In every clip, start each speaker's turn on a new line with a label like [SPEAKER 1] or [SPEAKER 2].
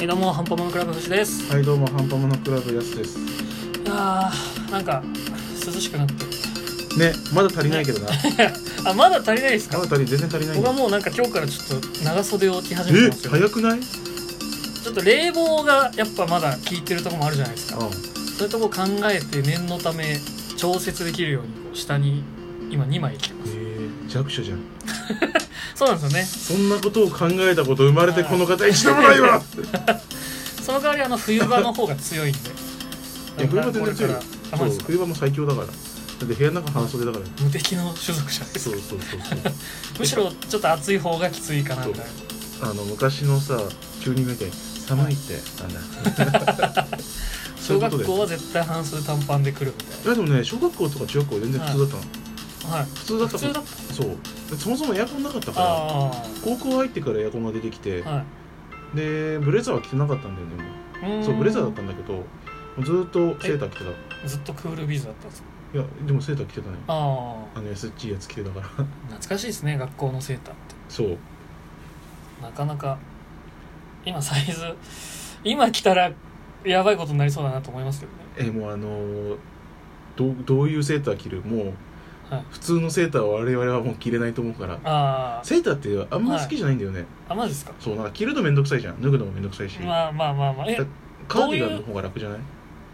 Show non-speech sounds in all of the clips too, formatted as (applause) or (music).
[SPEAKER 1] えどうもハンパモノクラブ藤です
[SPEAKER 2] はいどうもハンパモノクラブやすです
[SPEAKER 1] あーなんか涼しくなって
[SPEAKER 2] ねまだ足りないけどな
[SPEAKER 1] あまだ足りないです
[SPEAKER 2] ま
[SPEAKER 1] か
[SPEAKER 2] だ足り全然足りない
[SPEAKER 1] 僕は
[SPEAKER 2] よ
[SPEAKER 1] もうなんか今日からちょっと長袖を着始めて
[SPEAKER 2] え
[SPEAKER 1] ますよ
[SPEAKER 2] 早くない
[SPEAKER 1] ちょっと冷房がやっぱまだ効いてるとこもあるじゃないですか
[SPEAKER 2] う
[SPEAKER 1] そういうとこ考えて念のため調節できるようにこう下に今2枚着てま
[SPEAKER 2] んえー弱者じゃん
[SPEAKER 1] すそうなんですよね
[SPEAKER 2] そんなことを考えたこと生まれてこの方一度もないわ
[SPEAKER 1] その代わりあの冬場の方が強いんで
[SPEAKER 2] いや冬場全然強いよ
[SPEAKER 1] あ
[SPEAKER 2] そ
[SPEAKER 1] ま
[SPEAKER 2] う
[SPEAKER 1] ですか
[SPEAKER 2] 冬場も最強だからだって部屋の中半袖だから
[SPEAKER 1] 無敵の種族じゃないです
[SPEAKER 2] そ
[SPEAKER 1] か
[SPEAKER 2] うそうそうそう
[SPEAKER 1] むしろちょっと暑い方がきついかなみたいな
[SPEAKER 2] (laughs) あの昔のさ急に見て寒いってなんだ (laughs) そう
[SPEAKER 1] 小
[SPEAKER 2] いうこと
[SPEAKER 1] 学
[SPEAKER 2] で
[SPEAKER 1] 校は絶対半数短パンで来るみたい
[SPEAKER 2] いやでもね小学校とか中学校全然普通だったの、
[SPEAKER 1] なはい
[SPEAKER 2] 普通だっ
[SPEAKER 1] 普
[SPEAKER 2] た
[SPEAKER 1] 通だ
[SPEAKER 2] か
[SPEAKER 1] っ
[SPEAKER 2] らそうでそもそもエアコンなかった
[SPEAKER 1] た
[SPEAKER 2] から
[SPEAKER 1] あ
[SPEAKER 2] 高校入ってからエアコンが出てきて、
[SPEAKER 1] あは
[SPEAKER 2] でブレザーは着てなかったんだよねもう
[SPEAKER 1] い
[SPEAKER 2] そうブレザーだ
[SPEAKER 1] ー
[SPEAKER 2] ったんだけどずーっとセーター着てたい
[SPEAKER 1] んずっとクールビズだったんですか
[SPEAKER 2] やでもセーター着てたね
[SPEAKER 1] ああ
[SPEAKER 2] あの安っちいやつ着てたから (laughs)
[SPEAKER 1] 懐かしいですね学校のセーターって
[SPEAKER 2] そう
[SPEAKER 1] なかなか今サイズ今着たらやばいことになりそうだなと思いますけどね
[SPEAKER 2] えーもうあのーどうどういうセーター着るもう、
[SPEAKER 1] はい
[SPEAKER 2] 普通のセーターは我々はもう着れないと思うから
[SPEAKER 1] あ
[SPEAKER 2] セーターってあんま好きじゃないんだよね、
[SPEAKER 1] ああマジですか
[SPEAKER 2] そうなんか着るのめんどくさいじゃん脱ぐのもめんどくさいし、
[SPEAKER 1] まあまあまあまあえ
[SPEAKER 2] だカーディガンの方が楽じゃない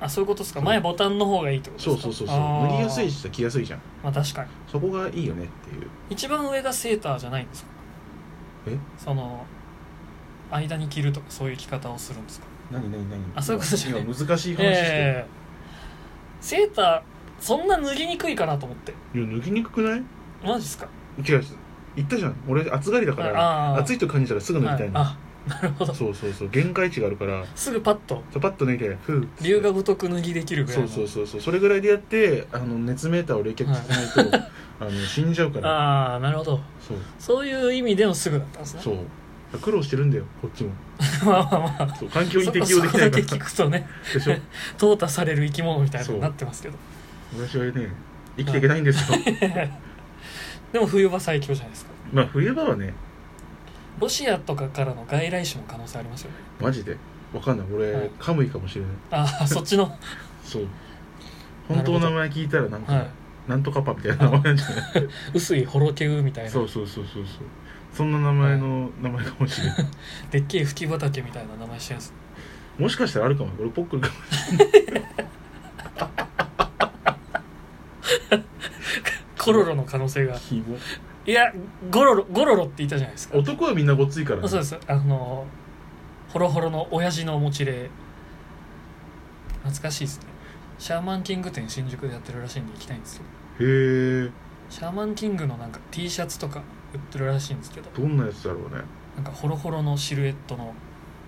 [SPEAKER 1] あそういうことですか
[SPEAKER 2] そう
[SPEAKER 1] 前ボタンの方がいいってこと
[SPEAKER 2] そう
[SPEAKER 1] ですか
[SPEAKER 2] そうそうそう
[SPEAKER 1] あー
[SPEAKER 2] 脱ぎやすいしさ着やすいじゃん
[SPEAKER 1] まあ確かに
[SPEAKER 2] そこがいいよねっていう
[SPEAKER 1] 一番上がセーターじゃないんですか
[SPEAKER 2] え
[SPEAKER 1] その間に着るとかそういう着方をするんですか
[SPEAKER 2] 何何何
[SPEAKER 1] あそういうことじゃない
[SPEAKER 2] 今難しい話してる、
[SPEAKER 1] ええセーターそんな脱ぎにくいかなと思って
[SPEAKER 2] いや脱ぎにくくない
[SPEAKER 1] マジですか
[SPEAKER 2] 違う言ったじゃん俺暑がりだから
[SPEAKER 1] あー
[SPEAKER 2] 暑いと感じたらすぐ脱ぎたいの、
[SPEAKER 1] はいあなるほど
[SPEAKER 2] そうそうそう限界値があるから
[SPEAKER 1] すぐパッと
[SPEAKER 2] さパッと脱いでふう
[SPEAKER 1] 龍が如く脱ぎできるぐらい
[SPEAKER 2] そう
[SPEAKER 1] の
[SPEAKER 2] そうそうそうそれぐらいでやってあの熱メーターを冷却さ
[SPEAKER 1] (laughs)
[SPEAKER 2] せないと、あの死んじゃうから
[SPEAKER 1] ああなるほど
[SPEAKER 2] そう
[SPEAKER 1] そういう意味でもすぐだったんですね
[SPEAKER 2] そう苦労してるんだよこっちも
[SPEAKER 1] (laughs) まあまあまあ
[SPEAKER 2] そう環境に
[SPEAKER 1] そこ
[SPEAKER 2] 適
[SPEAKER 1] そ
[SPEAKER 2] 応
[SPEAKER 1] こ
[SPEAKER 2] できな
[SPEAKER 1] だ
[SPEAKER 2] いか
[SPEAKER 1] け聞
[SPEAKER 2] ら
[SPEAKER 1] (laughs) くとね
[SPEAKER 2] でしょ
[SPEAKER 1] 淘汰される生き物みたいになってますけど
[SPEAKER 2] 私はね生きていけないんですよ
[SPEAKER 1] でも冬場最強じゃないですか
[SPEAKER 2] (laughs) まあ冬場はね
[SPEAKER 1] ロシアとかからの外来種の可能性ありますよね
[SPEAKER 2] マジでわかんない俺、
[SPEAKER 1] はい
[SPEAKER 2] カムイかもしれない
[SPEAKER 1] あ
[SPEAKER 2] (laughs)
[SPEAKER 1] あそっちの
[SPEAKER 2] そう本当の名前聞いたらなんか、
[SPEAKER 1] はい
[SPEAKER 2] なんとかパみたいな名前なんじゃない
[SPEAKER 1] 薄いホロケウみたいな
[SPEAKER 2] そうそうそうそうそうそんな名前の名前かもし
[SPEAKER 1] (laughs)
[SPEAKER 2] れない
[SPEAKER 1] でっけえ吹き畑みたいな名前してるんです
[SPEAKER 2] もしかしたらあるかも俺ポックルかも
[SPEAKER 1] コロロの可能性が
[SPEAKER 2] キモ
[SPEAKER 1] いやゴロロゴロロって言ったじゃないですか
[SPEAKER 2] 男はみんなごっついから、ね、
[SPEAKER 1] そうですあのホロホロの親父のお持ちで懐かしいですねシャーマンキング店新宿でやってるらしいんで行きたいんですけど
[SPEAKER 2] へえ
[SPEAKER 1] シャーマンキングのなんか T シャツとか売ってるらしいんですけど
[SPEAKER 2] どんなやつだろうね
[SPEAKER 1] なんかホロホロのシルエットの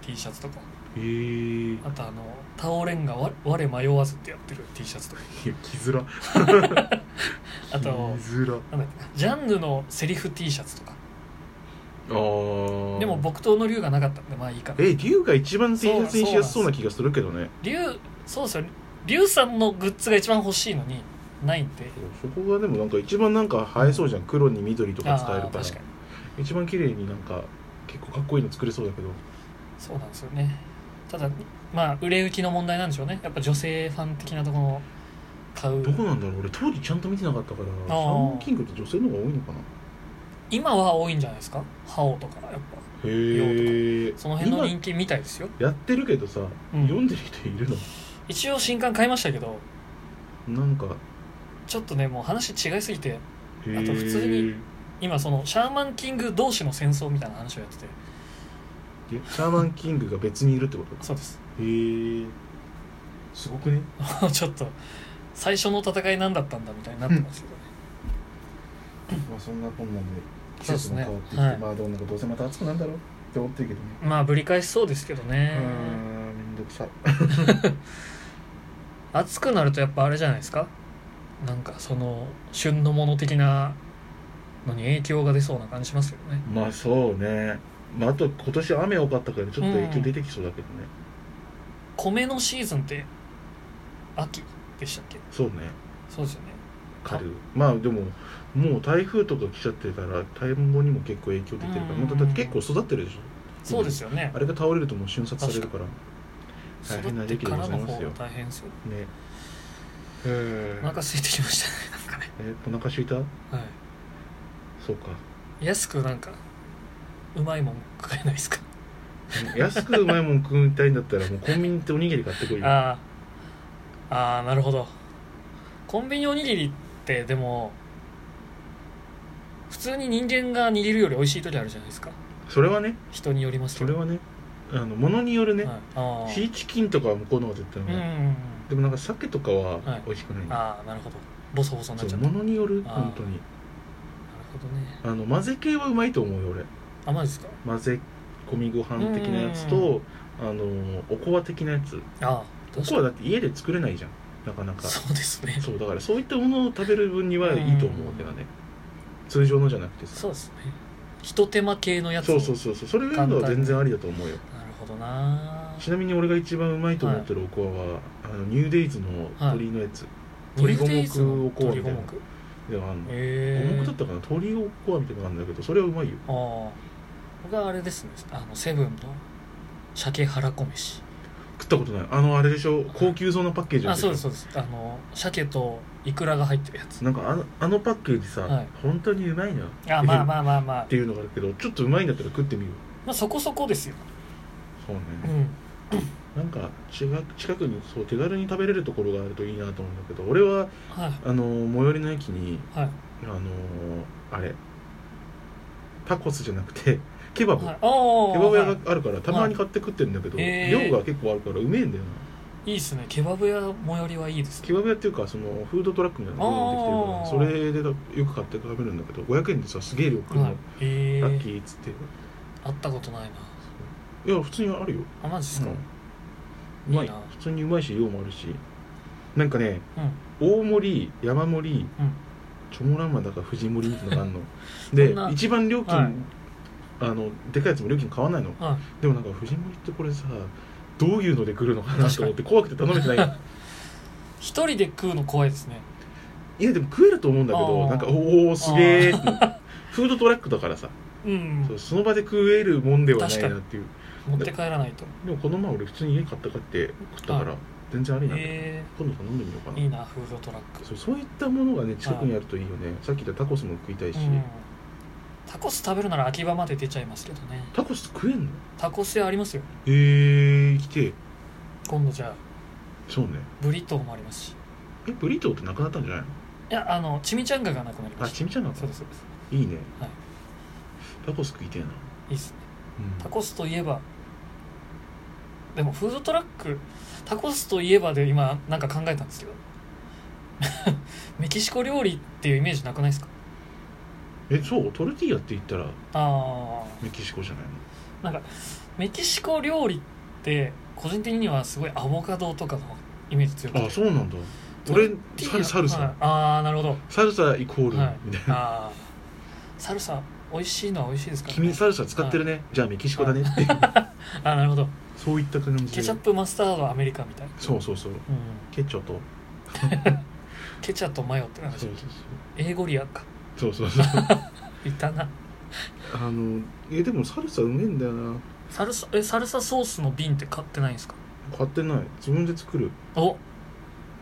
[SPEAKER 1] T シャツとか
[SPEAKER 2] へえい
[SPEAKER 1] あとあの「タオレンガ我我迷わず」ってやってる T シャツとか
[SPEAKER 2] や着づら
[SPEAKER 1] (laughs) あと
[SPEAKER 2] 着づら
[SPEAKER 1] なんだっけなジャンヌのセリフ T シャツとか
[SPEAKER 2] あー
[SPEAKER 1] でも僕との竜がなかったんでまあいいかな
[SPEAKER 2] え竜が一番 T シャツにしやすそうな気がするけどね
[SPEAKER 1] 竜そうですよ竜さんのグッズが一番欲しいのにないんで
[SPEAKER 2] そうそこがでもなんか一番なんか映えそうじゃん黒に緑とか使える
[SPEAKER 1] あー
[SPEAKER 2] から
[SPEAKER 1] 確かに
[SPEAKER 2] 一番綺麗になんか結構かっこいいの作れそうだけど
[SPEAKER 1] そうなんですよねただまあ売れ行きの問題なんでしょうねやっぱ女性ファン的なところの買
[SPEAKER 2] どこ
[SPEAKER 1] う
[SPEAKER 2] なんだろう俺当時ちゃんと見てなかったからシャ
[SPEAKER 1] あー
[SPEAKER 2] ーマンキングって女性の方が多いのかな
[SPEAKER 1] 今は多いんじゃないですか覇王とかやっぱ
[SPEAKER 2] へえ
[SPEAKER 1] その辺の人気みたいですよ
[SPEAKER 2] やってるけどさ、
[SPEAKER 1] うん
[SPEAKER 2] 読んでる人いるの
[SPEAKER 1] 一応新刊買いましたけど
[SPEAKER 2] なんかあ
[SPEAKER 1] ちょっとねもう話違いすぎてあと普通に今そのシャーマンキング同士の戦争みたいな話をやってて
[SPEAKER 2] シャーマンキングが別にいるってこと
[SPEAKER 1] そうです (laughs)
[SPEAKER 2] へえすごくね
[SPEAKER 1] ちょっと最初の戦い何だったんだみたいになってますけど
[SPEAKER 2] (laughs)
[SPEAKER 1] ね
[SPEAKER 2] まあそんなこんなんで季
[SPEAKER 1] そうです
[SPEAKER 2] 節も
[SPEAKER 1] ね
[SPEAKER 2] 変わってきて、
[SPEAKER 1] はい
[SPEAKER 2] まあどうなんかどうせまた暑くなるんだろうって思ってるけどね
[SPEAKER 1] まあぶり返しそうですけど
[SPEAKER 2] う
[SPEAKER 1] ね
[SPEAKER 2] ーんめんどくさい
[SPEAKER 1] 暑くなるとやっぱあれじゃないですかなんかその旬のもの的なのに影響が出そうな感じしますけどね
[SPEAKER 2] まあそうね、まあ、あと今年雨多かったからちょっと影響出てきそうだけどね、
[SPEAKER 1] 米のシーズンって秋でしたっけ
[SPEAKER 2] そうね
[SPEAKER 1] そうですよね
[SPEAKER 2] 軽いまあでももう台風とか来ちゃってたら田んぼにも結構影響出てるから、
[SPEAKER 1] うん
[SPEAKER 2] まあだって結構育ってるでしょ
[SPEAKER 1] そうですよね
[SPEAKER 2] あれが倒れるともう瞬殺されるから
[SPEAKER 1] 育
[SPEAKER 2] 大変な
[SPEAKER 1] って
[SPEAKER 2] 時期でご
[SPEAKER 1] か
[SPEAKER 2] ざ
[SPEAKER 1] ら
[SPEAKER 2] い
[SPEAKER 1] の
[SPEAKER 2] ます
[SPEAKER 1] 方
[SPEAKER 2] よ
[SPEAKER 1] が大変ですよ
[SPEAKER 2] ねえ
[SPEAKER 1] お
[SPEAKER 2] ー
[SPEAKER 1] 腹空いてきましたねなんかね
[SPEAKER 2] えお腹すいた
[SPEAKER 1] は
[SPEAKER 2] そうか
[SPEAKER 1] い安くなんかうまいもん食えないですか
[SPEAKER 2] 安くうまいもん食いたいんだったらもうコンビニ行っておにぎり買ってこいよ
[SPEAKER 1] あーあーなるほどコンビニおにぎりってでも普通に人間が握るより美味しい時あるじゃないですか
[SPEAKER 2] それはね
[SPEAKER 1] 人によりますけ
[SPEAKER 2] そ
[SPEAKER 1] ど
[SPEAKER 2] れはねあの物によるね
[SPEAKER 1] はい、あ
[SPEAKER 2] シ
[SPEAKER 1] ー
[SPEAKER 2] ーチキンとかは向こうの方が絶対う
[SPEAKER 1] うんうん
[SPEAKER 2] まい
[SPEAKER 1] うん
[SPEAKER 2] でもなんか鮭とか
[SPEAKER 1] は
[SPEAKER 2] はい美味しくない
[SPEAKER 1] ああなるほどボソボソになっち
[SPEAKER 2] そ
[SPEAKER 1] ゃ
[SPEAKER 2] う
[SPEAKER 1] ったなる
[SPEAKER 2] 物による
[SPEAKER 1] あー
[SPEAKER 2] 本当に
[SPEAKER 1] ほどね
[SPEAKER 2] あの混ぜ系はうまいと思うよ俺
[SPEAKER 1] 甘いですか
[SPEAKER 2] 混ぜ込みご飯的なやつ
[SPEAKER 1] うんうん
[SPEAKER 2] とあのおこわ的なやつ
[SPEAKER 1] ああ
[SPEAKER 2] おこわだって家で作れないじゃんなかなか
[SPEAKER 1] そうですね
[SPEAKER 2] そうだからそういったものを食べる分にはいいと思うけどね通常のじゃなくてさ
[SPEAKER 1] そうですねひと手間系のやつ
[SPEAKER 2] そうそうそうそうそれをやるのは全然ありだと思うよ
[SPEAKER 1] なるほどな
[SPEAKER 2] ちなみに俺が一番うまいと思ってるおこわは、あのニューデイズの鳥のやつ、鶏五目おこわみ
[SPEAKER 1] 鶏五
[SPEAKER 2] たいな
[SPEAKER 1] 目
[SPEAKER 2] ではあんの、
[SPEAKER 1] え
[SPEAKER 2] 五
[SPEAKER 1] え
[SPEAKER 2] 目だったかな鳥おこわみたいなのがあるんだけどそれはうまいよ
[SPEAKER 1] ああ僕はあれですねあのセブンの鮭腹こ飯
[SPEAKER 2] 食ったことないあのあれでしょ高級そうなパッケージの
[SPEAKER 1] あ
[SPEAKER 2] やつでし
[SPEAKER 1] そ
[SPEAKER 2] ょ
[SPEAKER 1] うですそうですあの鮭とイクラが入ってるやつ
[SPEAKER 2] なんかあのあのパッケージさ、
[SPEAKER 1] はい
[SPEAKER 2] 本当にうまいな
[SPEAKER 1] あまあまあまあまあ
[SPEAKER 2] っ、ていうのがあるけどちょっとうまいんだったら食ってみよう
[SPEAKER 1] まあ、そこそこですよ
[SPEAKER 2] そうね、
[SPEAKER 1] うん
[SPEAKER 2] なんか近く近くにそう手軽に食べれるところがあるといいなと思うんだけど俺は
[SPEAKER 1] はい
[SPEAKER 2] あの最寄りの駅に
[SPEAKER 1] はい
[SPEAKER 2] あのあれタコスじゃなくて (laughs) ケバブ、
[SPEAKER 1] はいお
[SPEAKER 2] ケバブ屋
[SPEAKER 1] は
[SPEAKER 2] があるからたまに買って食ってるんだけど、
[SPEAKER 1] はいへー、
[SPEAKER 2] 量が結構あるからうめえんだよない
[SPEAKER 1] いいっすねケバブ屋最寄りはいいですね
[SPEAKER 2] ケバブ屋っていうかそのフードトラックみたいなのが出てきてるからそれでよく買って食べるんだけど500円でさすげえ量食うの、
[SPEAKER 1] はいえ
[SPEAKER 2] ラッキ
[SPEAKER 1] ー、
[SPEAKER 2] ーっつって
[SPEAKER 1] 会ったことないない
[SPEAKER 2] や普通にあるよ
[SPEAKER 1] あマジっすか、
[SPEAKER 2] うんうまい
[SPEAKER 1] いいな
[SPEAKER 2] 普通にうまいし量もあるしなんかね
[SPEAKER 1] うん
[SPEAKER 2] 大盛り山盛り、
[SPEAKER 1] うん
[SPEAKER 2] チョモランマだか藤森みたいなのがあ
[SPEAKER 1] (laughs)
[SPEAKER 2] んの
[SPEAKER 1] そんな
[SPEAKER 2] で一番料金、
[SPEAKER 1] はい
[SPEAKER 2] あのでかいやつも料金変わんないの
[SPEAKER 1] はい
[SPEAKER 2] でもなんか藤森ってこれさどういうので来るのかなと思って怖くて頼めて
[SPEAKER 1] (laughs)
[SPEAKER 2] ないの
[SPEAKER 1] 一人で食うの怖いですね
[SPEAKER 2] いやでも食えると思うんだけ
[SPEAKER 1] あ
[SPEAKER 2] ど
[SPEAKER 1] ー
[SPEAKER 2] なんかおおすげえってフードトラックだからさ
[SPEAKER 1] うん
[SPEAKER 2] そうその場で食えるもんではない
[SPEAKER 1] 確か
[SPEAKER 2] な
[SPEAKER 1] に
[SPEAKER 2] っていう
[SPEAKER 1] 持って帰らないと
[SPEAKER 2] でもこの前俺普通に家買った買って食ったから全然ありなんだよ
[SPEAKER 1] え
[SPEAKER 2] 今度頼んでみようか
[SPEAKER 1] ー、い
[SPEAKER 2] ない
[SPEAKER 1] なフードトラック
[SPEAKER 2] そうそういったものがね近くにあるといいよねさっき言ったタコスも食いたいし、
[SPEAKER 1] うん、タコス食べるなら秋葉まで出ちゃいますけどね
[SPEAKER 2] タコス食えんの
[SPEAKER 1] タコス屋ありますよ
[SPEAKER 2] えー、来て
[SPEAKER 1] 今度じゃあ
[SPEAKER 2] そうね
[SPEAKER 1] ブリトーもありますし
[SPEAKER 2] えブリトーってなくなったんじゃないの
[SPEAKER 1] いやあのチミチャンガがなくなりま
[SPEAKER 2] あ
[SPEAKER 1] した
[SPEAKER 2] ちみちゃんなの
[SPEAKER 1] そうですそうです
[SPEAKER 2] いいね、
[SPEAKER 1] はい
[SPEAKER 2] タコス食いてえな、
[SPEAKER 1] いいっすね
[SPEAKER 2] うん
[SPEAKER 1] タコスといえばでもフードトラックタコスといえばで今なんか考えたんですけど (laughs) メキシコ料理っていうイメージなくないですか
[SPEAKER 2] えそうトルティーヤって言ったら
[SPEAKER 1] ああ
[SPEAKER 2] メキシコじゃないの
[SPEAKER 1] なんかメキシコ料理って個人的にはすごいアボカドとかのイメージ強くて
[SPEAKER 2] あそうなんだ
[SPEAKER 1] ト
[SPEAKER 2] 俺
[SPEAKER 1] ルティー
[SPEAKER 2] サ
[SPEAKER 1] ヤ
[SPEAKER 2] ルサルサ、
[SPEAKER 1] はいああなるほど
[SPEAKER 2] サルサイコール、
[SPEAKER 1] はい
[SPEAKER 2] みたいな
[SPEAKER 1] ああサルサ美味しいのは美味しいですから、
[SPEAKER 2] 君
[SPEAKER 1] ね、
[SPEAKER 2] サルサ使ってるね、じゃあメキシコだねっていう
[SPEAKER 1] あなるほど
[SPEAKER 2] (laughs) そういった感じで
[SPEAKER 1] ケチャップマスタードアメリカみたいな、
[SPEAKER 2] そうそうそう
[SPEAKER 1] うん、
[SPEAKER 2] ケチョと
[SPEAKER 1] ケチャとマヨってなんか
[SPEAKER 2] そう
[SPEAKER 1] 英語リアか
[SPEAKER 2] そうそうそう
[SPEAKER 1] (laughs)
[SPEAKER 2] そう
[SPEAKER 1] いたな
[SPEAKER 2] あのえでもサルサうめえんだよな
[SPEAKER 1] サルサえサルサソースの瓶って買ってないんですか
[SPEAKER 2] 買ってない自分で作る
[SPEAKER 1] お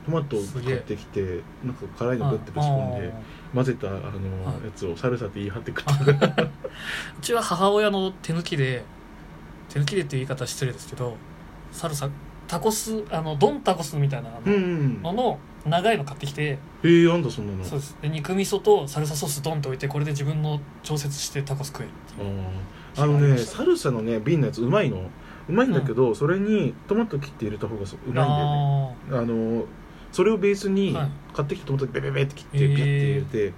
[SPEAKER 2] トマトを
[SPEAKER 1] すげえ
[SPEAKER 2] 買ってきてなんか辛いのグってぶち込んで
[SPEAKER 1] あー
[SPEAKER 2] 混ぜたあの、
[SPEAKER 1] はい
[SPEAKER 2] やつをサルサって言い張って食ったから
[SPEAKER 1] うちは母親の手抜きで手抜きでっていう言い方失礼ですけどサルサタコスあのドンタコスみたいな
[SPEAKER 2] うんう
[SPEAKER 1] の
[SPEAKER 2] ん
[SPEAKER 1] のの長いの買ってきて
[SPEAKER 2] えー、あんだそんなの
[SPEAKER 1] そうですで肉味噌とサルサソースドンって置いてこれで自分の調節してタコス食えるっていう
[SPEAKER 2] あーあのねサルサのね瓶のやつうまいのうまいんだけど、それにトマト切って入れた方がそうまいんだよね
[SPEAKER 1] あ
[SPEAKER 2] あのそれをベースに
[SPEAKER 1] はい
[SPEAKER 2] 買ってきたトマトベベベって切って
[SPEAKER 1] へー
[SPEAKER 2] ビャって入れて、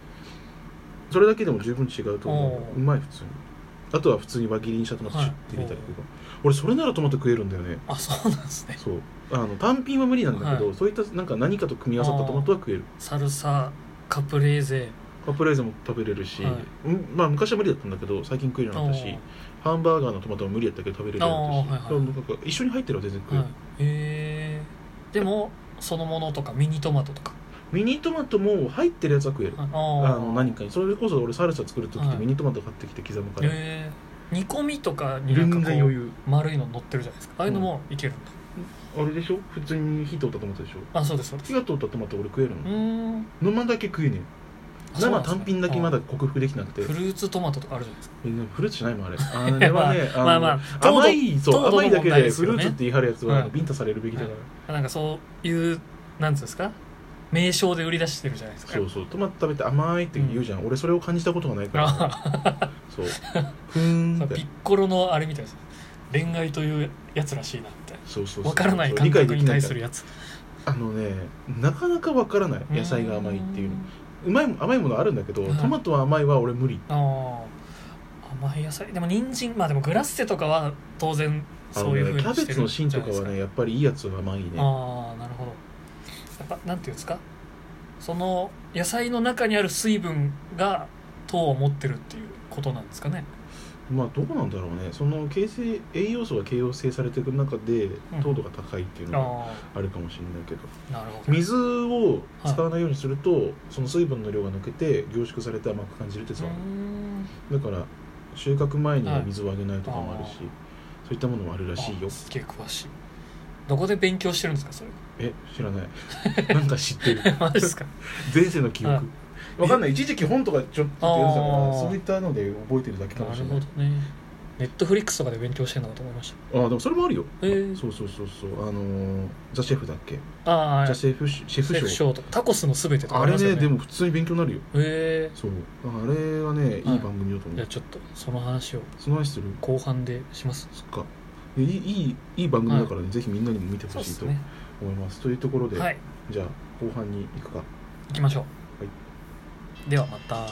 [SPEAKER 2] それだけでも十分違うと思
[SPEAKER 1] おー
[SPEAKER 2] ううまい普通にあとは普通に輪切りにしたトマトシュッて入れたりとか、俺それならトマト食えるんだよね
[SPEAKER 1] ーあそうなんですね
[SPEAKER 2] そうあの単品は無理なんだけど、
[SPEAKER 1] は
[SPEAKER 2] そういったなんか何かと組み合わさったトマトは食える
[SPEAKER 1] サルサカプレーゼ
[SPEAKER 2] カプレーゼも食べれるし、
[SPEAKER 1] はい
[SPEAKER 2] うんまあ昔は無理だったんだけど最近食えるようになったしハンバーガーのトマトも無理やったけど食べれるようになったし、
[SPEAKER 1] あーはいはい
[SPEAKER 2] でもなんか一緒に入ってるは全然食え
[SPEAKER 1] はい
[SPEAKER 2] る、
[SPEAKER 1] えーでもそのものとかミニトマトとか
[SPEAKER 2] ミニトマトも入ってるやつは食える、
[SPEAKER 1] あ
[SPEAKER 2] あの何
[SPEAKER 1] か
[SPEAKER 2] かにそれこそ俺サルサ作る時っ
[SPEAKER 1] は
[SPEAKER 2] て
[SPEAKER 1] い
[SPEAKER 2] ミニトマト買ってきて刻むから、
[SPEAKER 1] え煮込みとかになん
[SPEAKER 2] 全
[SPEAKER 1] か
[SPEAKER 2] 然
[SPEAKER 1] こ
[SPEAKER 2] 余
[SPEAKER 1] う
[SPEAKER 2] 裕
[SPEAKER 1] 丸いの乗ってるじゃないですかああいうのもいけるんだ、
[SPEAKER 2] あれでしょ普通に火通ったトマトでしょ
[SPEAKER 1] あそうですそうです
[SPEAKER 2] 火が通ったトマト俺食える
[SPEAKER 1] う
[SPEAKER 2] の
[SPEAKER 1] ーん
[SPEAKER 2] 生だけ食えねえ
[SPEAKER 1] そうな
[SPEAKER 2] 生
[SPEAKER 1] んですね
[SPEAKER 2] 単品だけまだ克服できなくて
[SPEAKER 1] フルーツトマトとかあるじゃないですか
[SPEAKER 2] えでもフルーツじゃないもん
[SPEAKER 1] (laughs)
[SPEAKER 2] あれあれはね、
[SPEAKER 1] まあまあ
[SPEAKER 2] の
[SPEAKER 1] 糖度
[SPEAKER 2] 甘い
[SPEAKER 1] 糖
[SPEAKER 2] そう
[SPEAKER 1] 度の
[SPEAKER 2] 甘いだけ
[SPEAKER 1] 問題
[SPEAKER 2] で
[SPEAKER 1] です
[SPEAKER 2] フ
[SPEAKER 1] よ
[SPEAKER 2] ル
[SPEAKER 1] ね
[SPEAKER 2] ーツって言い張るやつは、
[SPEAKER 1] うん
[SPEAKER 2] ビンタされるべきだから、
[SPEAKER 1] なんかそういうなんていうんですか名称で売り出してるじゃないですか
[SPEAKER 2] そうそうトマト食べて甘いって言うじゃん、俺それを感じたことがないから、
[SPEAKER 1] あ
[SPEAKER 2] そう
[SPEAKER 1] (laughs)
[SPEAKER 2] ふーん
[SPEAKER 1] あ
[SPEAKER 2] って
[SPEAKER 1] ピッコロのあれみたいです恋愛というやつらしいなみたい
[SPEAKER 2] そうそうそう
[SPEAKER 1] なわからない
[SPEAKER 2] そう
[SPEAKER 1] 感
[SPEAKER 2] 理解
[SPEAKER 1] 覚
[SPEAKER 2] で
[SPEAKER 1] に
[SPEAKER 2] きない
[SPEAKER 1] 対
[SPEAKER 2] か
[SPEAKER 1] す
[SPEAKER 2] ら
[SPEAKER 1] るやつ
[SPEAKER 2] あのねなかなかわからない野菜が甘いっていうのうまいも甘いものあるんだけど、
[SPEAKER 1] うん
[SPEAKER 2] トマトは甘いは俺無理
[SPEAKER 1] ああ甘い野菜でも人参まあでもグラッセとかは当然
[SPEAKER 2] あ
[SPEAKER 1] そ
[SPEAKER 2] の
[SPEAKER 1] う
[SPEAKER 2] ね
[SPEAKER 1] いうふうに
[SPEAKER 2] キャ
[SPEAKER 1] して
[SPEAKER 2] ベツの
[SPEAKER 1] る
[SPEAKER 2] 芯
[SPEAKER 1] じゃ
[SPEAKER 2] と
[SPEAKER 1] ないで
[SPEAKER 2] か
[SPEAKER 1] す
[SPEAKER 2] は
[SPEAKER 1] か
[SPEAKER 2] ねやっぱりいいやつは甘いね
[SPEAKER 1] ああなるほどやっぱなんていうんですかその野菜の中にある水分が糖を持ってるっていうことなんですかね
[SPEAKER 2] まあどうなんだろうねその形成栄養素が形成されていく中で
[SPEAKER 1] ん
[SPEAKER 2] 糖度が高いっていうの
[SPEAKER 1] あ
[SPEAKER 2] があるかもしれないけど、
[SPEAKER 1] あなるほど
[SPEAKER 2] 水を使わないようにすると、その水分の量が抜けて凝縮されて甘く感じるって
[SPEAKER 1] う
[SPEAKER 2] さ、
[SPEAKER 1] ーん
[SPEAKER 2] だから収穫前には水をあげないとかもあるし、そういったものもあるらしいよ
[SPEAKER 1] あすげえ詳しいどこで勉強してるんですかそれ (laughs)
[SPEAKER 2] え知らない (laughs) なんか知ってる
[SPEAKER 1] マジですか
[SPEAKER 2] 前世の記
[SPEAKER 1] はい
[SPEAKER 2] 憶わかんない一時期本とかちょっと読んでたか
[SPEAKER 1] あ
[SPEAKER 2] ら
[SPEAKER 1] ー
[SPEAKER 2] そういったので覚えてるだけかも
[SPEAKER 1] な
[SPEAKER 2] し
[SPEAKER 1] る
[SPEAKER 2] れ
[SPEAKER 1] ほ
[SPEAKER 2] ない
[SPEAKER 1] どねネットフリックスとかで勉強してるのかと思いまし
[SPEAKER 2] あーでもそれもあるよ、
[SPEAKER 1] へー
[SPEAKER 2] そうそうそうそうあのーザ・シェフだっけ、
[SPEAKER 1] たああ
[SPEAKER 2] ザ・シェフシェフ
[SPEAKER 1] シェフ
[SPEAKER 2] 賞
[SPEAKER 1] ショーとかタコスのすべてとか
[SPEAKER 2] あ
[SPEAKER 1] り
[SPEAKER 2] れ
[SPEAKER 1] ます
[SPEAKER 2] ね
[SPEAKER 1] よ
[SPEAKER 2] でも普通に勉強になるよ
[SPEAKER 1] へえ
[SPEAKER 2] そうだからあれはねいい
[SPEAKER 1] はい
[SPEAKER 2] 番組だと思う、
[SPEAKER 1] じゃあちょっとその話を
[SPEAKER 2] その話する
[SPEAKER 1] 後半でします
[SPEAKER 2] そっかいいいいいい番組だからね、ぜひみんなにも見てほしいと思いますというところで、
[SPEAKER 1] はい
[SPEAKER 2] じゃあ後半に行くか
[SPEAKER 1] 行きましょう、
[SPEAKER 2] は
[SPEAKER 1] ではまた